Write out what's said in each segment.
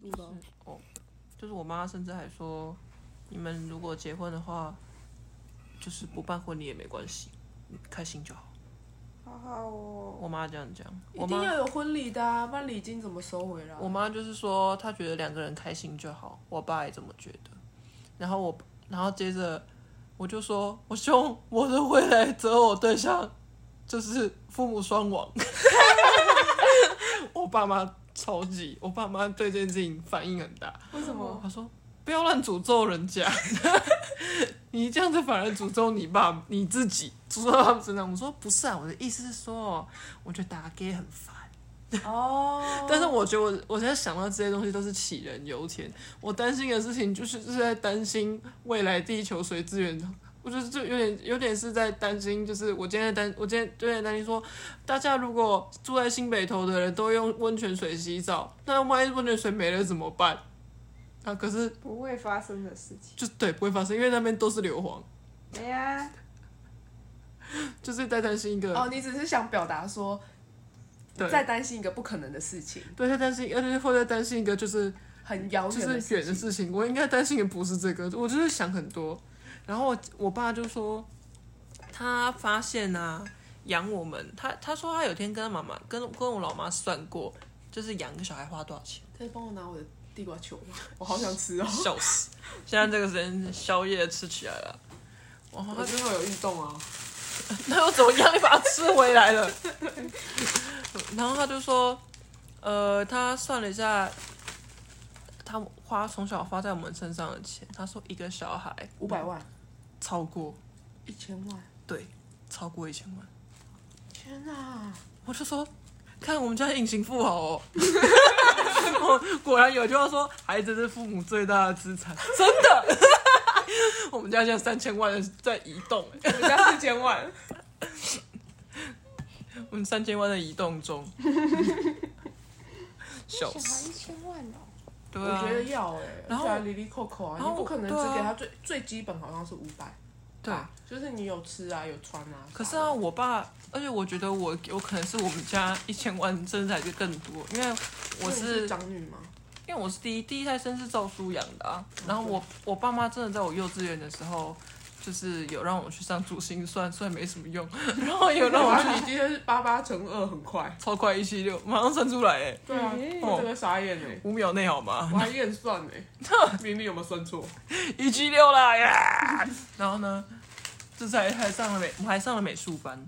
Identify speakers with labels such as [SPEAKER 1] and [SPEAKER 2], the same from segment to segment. [SPEAKER 1] 你吗？
[SPEAKER 2] 就是我妈甚至还说，你们如果结婚的话，就是不办婚礼也没关系，开心就好。
[SPEAKER 1] 好好哦，
[SPEAKER 2] 我妈这样讲，
[SPEAKER 3] 一
[SPEAKER 2] 我
[SPEAKER 3] 定
[SPEAKER 2] 妈
[SPEAKER 3] 要有婚礼的、啊，不然礼金怎么收回来？啊
[SPEAKER 2] 我妈就是说，她觉得两个人开心就好，我爸也这么觉得。然后我，然后接着我就说，我希望我的未来择偶对象就是父母双亡。我爸妈超级，我爸妈对这件事情反应很大。
[SPEAKER 3] 为什么？
[SPEAKER 2] 他说不要乱诅咒人家，你这样子反而诅咒你爸你自己，诅咒到他们身上。我说不是啊，我的意思是说，我觉得打 gay 很烦。
[SPEAKER 3] 哦，
[SPEAKER 2] 但是我觉得我我现在想到这些东西都是杞人忧天。我担心的事情就是就是在担心未来地球水资源，我就是就有点有点是在担心，就是我今天在担我今天有点担心说，大家如果住在新北头的人都用温泉水洗澡，那万一温泉水没了怎么办？啊，可是
[SPEAKER 1] 不会发生的事情。
[SPEAKER 2] 就对不会发生，因为那边都是硫磺，
[SPEAKER 1] 哎呀，
[SPEAKER 2] 就是在担心一个、
[SPEAKER 3] 哦，你只是想表达说，
[SPEAKER 2] 对
[SPEAKER 3] 在担心一个不可能的事情，
[SPEAKER 2] 对，在担心，而且会在担心一个就是
[SPEAKER 3] 很遥
[SPEAKER 2] 就
[SPEAKER 3] 远的
[SPEAKER 2] 是
[SPEAKER 3] 事
[SPEAKER 2] 远的
[SPEAKER 3] 情。
[SPEAKER 2] 事情。我应该担心的不是这个，我就是想很多。然后我我爸就说，他发现啊，养我们，他他说他有天跟妈妈跟跟我老妈算过，就是养一个小孩花多少钱，
[SPEAKER 3] 可以帮我拿我的地瓜球吗？ 我好想吃 哦。
[SPEAKER 2] 笑死！现在这个时间宵夜吃起来了，然后
[SPEAKER 3] 我
[SPEAKER 2] 他
[SPEAKER 3] 最后有运动啊，
[SPEAKER 2] 那又怎么样？你把它吃回来了。然后他就说，呃，他算了一下，他花从小花在我们身上的钱，他说一个小孩
[SPEAKER 3] 五百万，
[SPEAKER 2] 超过，
[SPEAKER 3] 一千万，
[SPEAKER 2] 对，超过一千万。
[SPEAKER 3] 天 啊！
[SPEAKER 2] 我就说，看我们家隐形富豪哦。 我果然有句话说，孩子是父母最大的资产，真的。我们家现在三千万在移动、
[SPEAKER 3] 我们家四千万，
[SPEAKER 2] 我们三千万在移动 中。笑死！
[SPEAKER 1] 小孩一千万哦，
[SPEAKER 2] 对
[SPEAKER 3] 我
[SPEAKER 2] 啊，
[SPEAKER 3] 觉得要哎、
[SPEAKER 2] 然后
[SPEAKER 3] 对啊里里扣扣啊，
[SPEAKER 2] 然后
[SPEAKER 3] 你不可能
[SPEAKER 2] 对啊
[SPEAKER 3] 只给他最、最基本，好像是五百。
[SPEAKER 2] 对。啊
[SPEAKER 3] 吧就是你有吃啊，有穿啊。
[SPEAKER 2] 可是
[SPEAKER 3] 啥
[SPEAKER 2] 啊，
[SPEAKER 3] 的，
[SPEAKER 2] 我爸，而且我觉得我有可能是我们家一千万，甚至还是更多，因为我
[SPEAKER 3] 那你是
[SPEAKER 2] 是
[SPEAKER 3] 长女 吗？
[SPEAKER 2] 因为我是第一第一胎生是照书养的啊。
[SPEAKER 3] 嗯
[SPEAKER 2] 然后我我爸妈真的在我幼稚园的时候，就是有让我去上珠心算，虽然没什么用， 然后也有让哎我
[SPEAKER 3] 哇，
[SPEAKER 2] 去
[SPEAKER 3] 啊你今天是八八乘二，很快。
[SPEAKER 2] 超快一七六，马上算出来哎，
[SPEAKER 3] 对啊，
[SPEAKER 1] 嗯
[SPEAKER 3] 我这个傻眼哎、
[SPEAKER 2] 五秒内好吗？
[SPEAKER 3] 我还验算呢、 明明有没有算错？
[SPEAKER 2] 一七六啦呀！然后呢，这次还还上了美，我还上了美术班，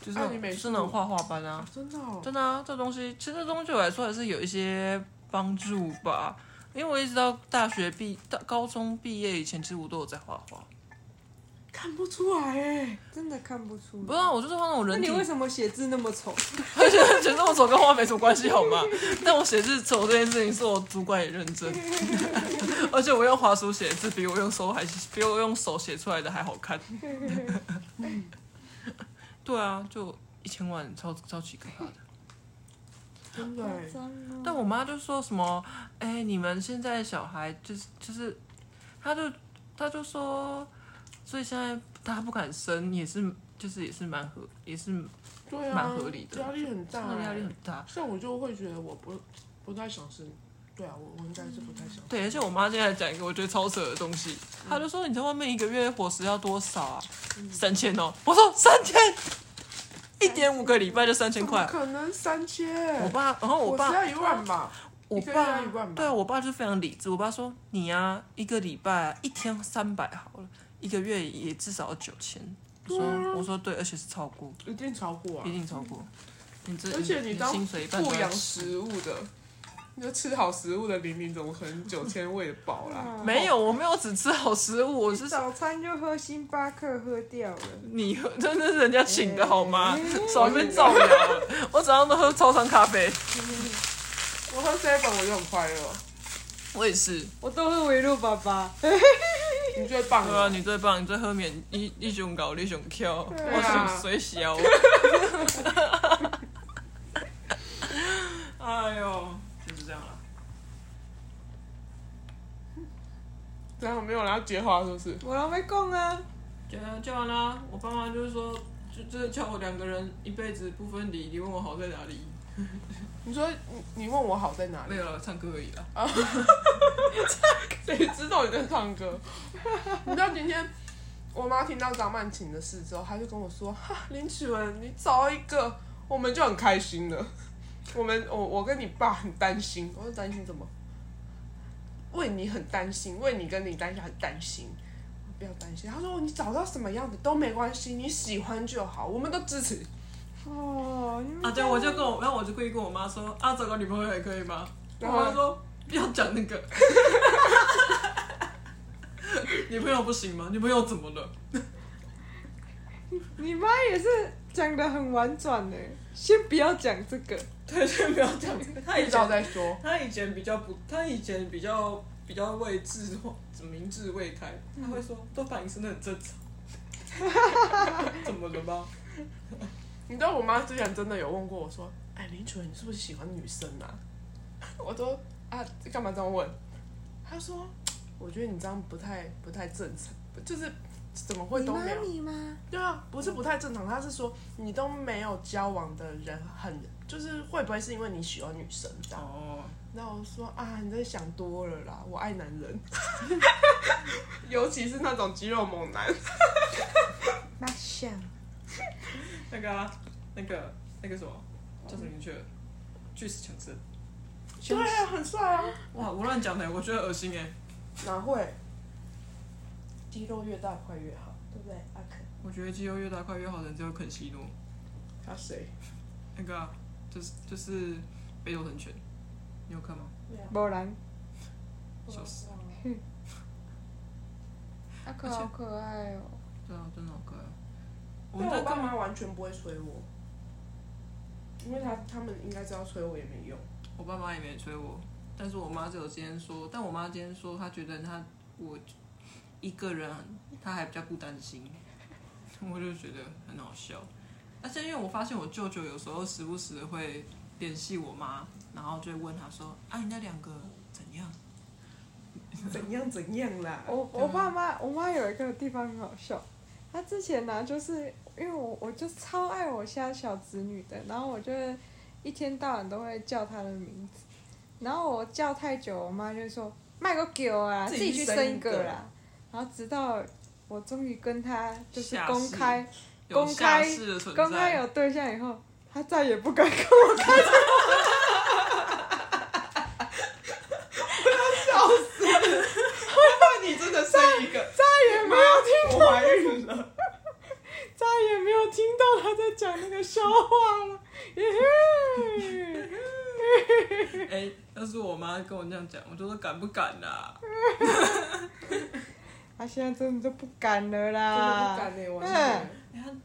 [SPEAKER 2] 就是那
[SPEAKER 3] 啊你
[SPEAKER 2] 种
[SPEAKER 3] 美术
[SPEAKER 2] 是那种画画班啊。
[SPEAKER 3] 真的、哦，
[SPEAKER 2] 真的啊，这东西其实这东西对我来说还是有一些帮助吧，因为我一直到大学毕、到高中毕业以前，其实我都有在画画。
[SPEAKER 3] 看不出来哎、
[SPEAKER 1] 真的看不
[SPEAKER 3] 嗯
[SPEAKER 1] 出来。
[SPEAKER 2] 不是、啊，我就是画那种
[SPEAKER 1] 那
[SPEAKER 2] 人
[SPEAKER 1] 你
[SPEAKER 2] 体，
[SPEAKER 1] 为什么写字那么丑？
[SPEAKER 2] 而且 觉得我丑跟画没什么关系，好吗？但我写字丑这件事情是我主管也认真， 而且我用滑鼠写字，比我用手还比我用手写出来的还好看。 对啊，就一千万，超超级可怕的。
[SPEAKER 3] 真的、
[SPEAKER 1] 夸
[SPEAKER 2] 啊
[SPEAKER 3] 欸。
[SPEAKER 1] 张哦
[SPEAKER 2] 但我妈就说什么，哎、你们现在小孩就是就是，她就她就说，所以现在她不敢生，也是就是也是蛮合，也是
[SPEAKER 3] 对啊，
[SPEAKER 2] 蛮合理的
[SPEAKER 3] 压力很大、欸
[SPEAKER 2] 真的压力很大。
[SPEAKER 3] 像我就会觉得我不不太想生，对啊，我我应该是不太想生。
[SPEAKER 2] 对，而且我妈现在讲一个我觉得超扯的东西，她就说你在外面一个月伙食要多少啊？三千哦，我说三千，一点五个礼拜就三千
[SPEAKER 3] 怎么
[SPEAKER 2] 块。哦
[SPEAKER 3] 可能三千？
[SPEAKER 2] 嗯我爸，然后
[SPEAKER 3] 我
[SPEAKER 2] 我爸
[SPEAKER 3] 只要一万吧，
[SPEAKER 2] 我
[SPEAKER 3] 一个月
[SPEAKER 2] 爸
[SPEAKER 3] 要一万吧
[SPEAKER 2] 对啊，我爸就非常理智。我爸说：“你啊，一个礼拜一天三百好了，一个月也至少九千。”我说：“
[SPEAKER 3] 啊
[SPEAKER 2] 我说对，而且是超过，
[SPEAKER 3] 一定超过啊
[SPEAKER 2] 一！定超过。你这
[SPEAKER 3] 而且你当
[SPEAKER 2] 薪水一半都
[SPEAKER 3] 富
[SPEAKER 2] 要
[SPEAKER 3] 养
[SPEAKER 2] 吃
[SPEAKER 3] 食物的，你就吃好食物的玲玲，怎么可能九千喂得饱啦？
[SPEAKER 1] 啊
[SPEAKER 2] 没有，我没有只吃好食物，我是
[SPEAKER 1] 早餐就喝星巴克喝掉了，
[SPEAKER 2] 你喝， 真的是人家请的好吗？ 少一
[SPEAKER 3] 我
[SPEAKER 2] 份
[SPEAKER 3] 请的
[SPEAKER 2] 造谣。我早上都喝超商咖啡，
[SPEAKER 3] 我喝 seven 我就很快乐，
[SPEAKER 2] 我也是。
[SPEAKER 1] 我都喝维露爸爸。
[SPEAKER 3] 你最棒
[SPEAKER 2] 对啊，
[SPEAKER 3] 了。
[SPEAKER 2] 你最棒，你最喝免一一熊搞一熊跳，
[SPEAKER 1] 对
[SPEAKER 2] 我
[SPEAKER 3] 啊
[SPEAKER 2] 熊水小。哎呦，就是这样了。
[SPEAKER 3] 然后啊没有人要接话，是不是？
[SPEAKER 1] 我还没讲啊，
[SPEAKER 2] 就就完啦。我爸妈就是说，就就是叫我两个人一辈子不分离，你问我好在哪里？
[SPEAKER 3] 你说你你问我好在哪
[SPEAKER 2] 没
[SPEAKER 3] 里？
[SPEAKER 2] 有了，唱歌而已啦。
[SPEAKER 3] 谁知道你在唱歌？ 你知道今天我妈听到张曼琴的事之后，她就跟我说：“哈，林启文，你找一个，我们就很开心了。我们我我跟你爸很担心，我说担心什么？为你很担心，为你跟你当下很担心。”不要担心，她说哦你找到什么样的都没关系，你喜欢就好，我们都支持。
[SPEAKER 1] 哦，你们
[SPEAKER 2] 啊，对，我就跟我，然后我就故意跟我妈说，啊，找个女朋友也可以吗？我
[SPEAKER 3] 然后
[SPEAKER 2] 妈说不要讲那个， 女朋友不行吗？女朋友怎么了？
[SPEAKER 1] 你妈也是讲的很婉转呢。先不要讲这个，
[SPEAKER 2] 对，先不要讲这个。 她
[SPEAKER 3] 不
[SPEAKER 2] 以
[SPEAKER 3] 知道
[SPEAKER 2] 前，
[SPEAKER 3] 再说。
[SPEAKER 2] 她以前比较不，她以前比较比较为智慧，明智未开，她会说多反应真的很正 常。怎么了吗？
[SPEAKER 3] 你知道我妈之前真的有问过我说：“哎，林楚文，你是不是喜欢女生啊？” 我说：“啊，干嘛这样问？”她说：“我觉得你这样不太不太正常，就是怎么会
[SPEAKER 1] 你
[SPEAKER 3] 都
[SPEAKER 1] 妈
[SPEAKER 3] 没有？
[SPEAKER 1] 你妈，
[SPEAKER 3] 对啊，不是不太正常，她是说你都没有交往的人很，就是会不会是因为你喜欢女生这样？”
[SPEAKER 2] 哦，
[SPEAKER 3] 然后我说：“啊，你在想多了啦，我爱男人， 尤其是那种肌肉猛男。”
[SPEAKER 1] 妈想
[SPEAKER 2] 那个啊、那个那个什么叫什么名去了？巨石强森。
[SPEAKER 3] 对啊，很帅啊。
[SPEAKER 2] 哇，我乱讲的，我觉得恶心哎。
[SPEAKER 3] 哪会？肌肉越大块越好，对不对？阿肯，
[SPEAKER 2] 我觉得肌肉越大块越好的人只有肯西诺，
[SPEAKER 3] 他谁？
[SPEAKER 2] 那个、啊、就是就是北斗神拳，你有看吗？
[SPEAKER 3] 啊
[SPEAKER 1] 不然，
[SPEAKER 2] 笑死！
[SPEAKER 1] 阿
[SPEAKER 2] 而
[SPEAKER 1] 啊可
[SPEAKER 2] 且
[SPEAKER 1] 好可爱哦。
[SPEAKER 2] 对啊，真的好可爱。我
[SPEAKER 3] 但
[SPEAKER 2] 们在
[SPEAKER 3] 啊我爸
[SPEAKER 2] 干嘛？
[SPEAKER 3] 妈完全不会催我，因为他他们应该知道催我也没用。
[SPEAKER 2] 我爸妈也没催我，但是我妈只有今天说，但我妈今天说她觉得她我一个人，她还比较不担心， 我就觉得很好笑。而且因为我发现我舅舅有时候时不时地会联系我妈，然后就会问她说：“啊，你那两个怎样？”
[SPEAKER 3] 怎样怎样啦？
[SPEAKER 1] 我
[SPEAKER 2] 对啊
[SPEAKER 1] 我爸妈，我妈有一个地方很好笑，她之前呢、就是因为我我就超爱我家小侄女的，然后我就一天到晚都会叫她的名字，然后我叫太久，我妈就会说卖个狗啊，
[SPEAKER 3] 自
[SPEAKER 1] 自
[SPEAKER 3] 己去
[SPEAKER 1] 己去
[SPEAKER 3] 生
[SPEAKER 1] 生
[SPEAKER 3] 一
[SPEAKER 1] 一
[SPEAKER 3] 个
[SPEAKER 1] 个啦，然后直到我终于跟她就是
[SPEAKER 2] 下
[SPEAKER 1] 公
[SPEAKER 2] 世
[SPEAKER 1] 开
[SPEAKER 2] 有
[SPEAKER 1] 公
[SPEAKER 2] 下
[SPEAKER 1] 开
[SPEAKER 2] 世的存在，
[SPEAKER 1] 公开 有对象以后，她再也不敢跟
[SPEAKER 3] 那你真的生一个，
[SPEAKER 1] 再也没有听，
[SPEAKER 3] 我怀孕了。
[SPEAKER 1] 再也没有听到她在讲那个笑话了， 耶嘿。
[SPEAKER 2] 哎、要是我妈跟我这样讲，我就说敢不敢啊啦、
[SPEAKER 1] 他现在真的都不敢了
[SPEAKER 3] 真的
[SPEAKER 1] 啦，
[SPEAKER 3] 不敢呢、我
[SPEAKER 1] 嗯
[SPEAKER 2] 哎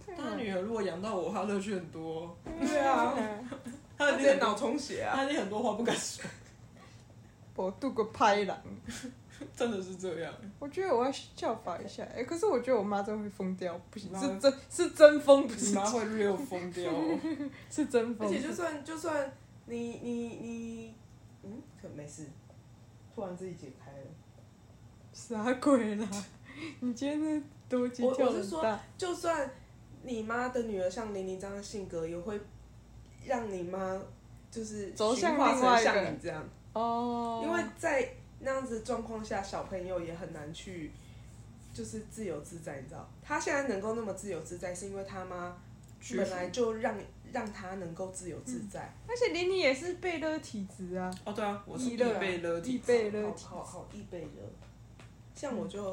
[SPEAKER 2] 她她女儿如果养到我，她乐趣很多，
[SPEAKER 3] 对啊，
[SPEAKER 1] 嗯
[SPEAKER 2] 她
[SPEAKER 3] 他
[SPEAKER 2] 一
[SPEAKER 3] 直
[SPEAKER 2] 定
[SPEAKER 3] 接
[SPEAKER 2] 很
[SPEAKER 3] 脑
[SPEAKER 2] 多，
[SPEAKER 3] 充血啊！
[SPEAKER 2] 她一定很多话不敢说，
[SPEAKER 1] 我度过拍狼，
[SPEAKER 2] 真的是这样。
[SPEAKER 1] 我觉得我要效仿一下。哎、可是我觉得我妈真的会疯掉，不行，
[SPEAKER 3] 妈
[SPEAKER 1] 是真是真疯，不
[SPEAKER 2] 你
[SPEAKER 1] 是
[SPEAKER 2] 妈会略疯掉、哦，
[SPEAKER 1] 是真
[SPEAKER 3] 而
[SPEAKER 1] 疯。
[SPEAKER 3] 且就算就算你你你，嗯，可没事，突然自己解开了。
[SPEAKER 1] 啥鬼啦？ 你今天是多级
[SPEAKER 3] 我
[SPEAKER 1] 跳
[SPEAKER 3] 我是
[SPEAKER 1] 很
[SPEAKER 3] 说
[SPEAKER 1] 大？
[SPEAKER 3] 就算你妈的女儿像玲玲这样的性格，也会让你妈就是
[SPEAKER 1] 走向
[SPEAKER 3] 驯化成
[SPEAKER 1] 另外一个
[SPEAKER 3] 像你这样，
[SPEAKER 1] 哦，
[SPEAKER 3] 因为在那样子状况下，小朋友也很难去就是自由自在，你知道？他现在能够那么自由自在，是因为他妈
[SPEAKER 2] 屈服
[SPEAKER 3] 本来就让让他能够自由自在，
[SPEAKER 1] 而且玲玲也是贝勒体质啊，
[SPEAKER 2] 哦，对啊，我是
[SPEAKER 1] 易
[SPEAKER 2] 易
[SPEAKER 1] 乐
[SPEAKER 2] 被勒体
[SPEAKER 1] 易，贝勒
[SPEAKER 3] 好
[SPEAKER 1] 体
[SPEAKER 3] 好好易被惹。像我就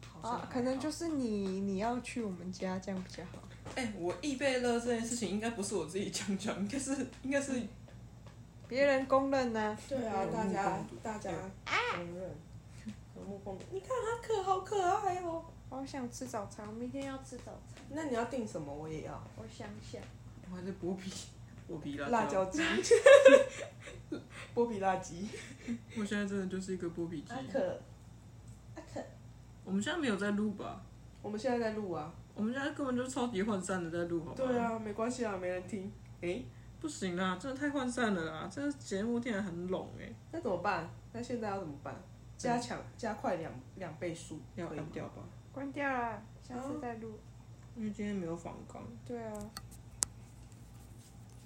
[SPEAKER 3] 好像还
[SPEAKER 1] 啊
[SPEAKER 3] 好，
[SPEAKER 1] 可能就是你你要去我们家这样比较好。
[SPEAKER 2] 哎、我易被勒这件事情应该不是我自己讲讲， 应该是应该是
[SPEAKER 1] 别人公认呢、啊，
[SPEAKER 3] 对啊
[SPEAKER 2] 有，目
[SPEAKER 3] 大家
[SPEAKER 2] 共睹
[SPEAKER 3] 大家啊承认，有目共睹。你看他可好可爱哦。
[SPEAKER 1] 好想吃早餐，我明天要吃早餐，
[SPEAKER 3] 那你要订什么？我也要
[SPEAKER 1] 我想想。
[SPEAKER 2] 我还是剥皮剥皮辣
[SPEAKER 3] 辣椒鸡，剥皮辣鸡。
[SPEAKER 2] 我现在真的就是一个剥皮机。
[SPEAKER 3] 可，阿可，
[SPEAKER 2] 我们现在没有在录吧？
[SPEAKER 3] 我们现在在录啊。
[SPEAKER 2] 我们现在根本就超级涣散的在录，好吗？
[SPEAKER 3] 对，啊，没关系啊，没人听。诶，
[SPEAKER 2] 不行啦，真的太涣散了啦，这个节目竟然很拢哎、
[SPEAKER 3] 那怎么办？那现在要怎么办？加强加快两两倍速，
[SPEAKER 2] 要
[SPEAKER 3] 可以吗
[SPEAKER 2] 按掉吧，
[SPEAKER 1] 关掉啦，下次再录。
[SPEAKER 2] 因为今天没有访纲。
[SPEAKER 1] 哦对啊，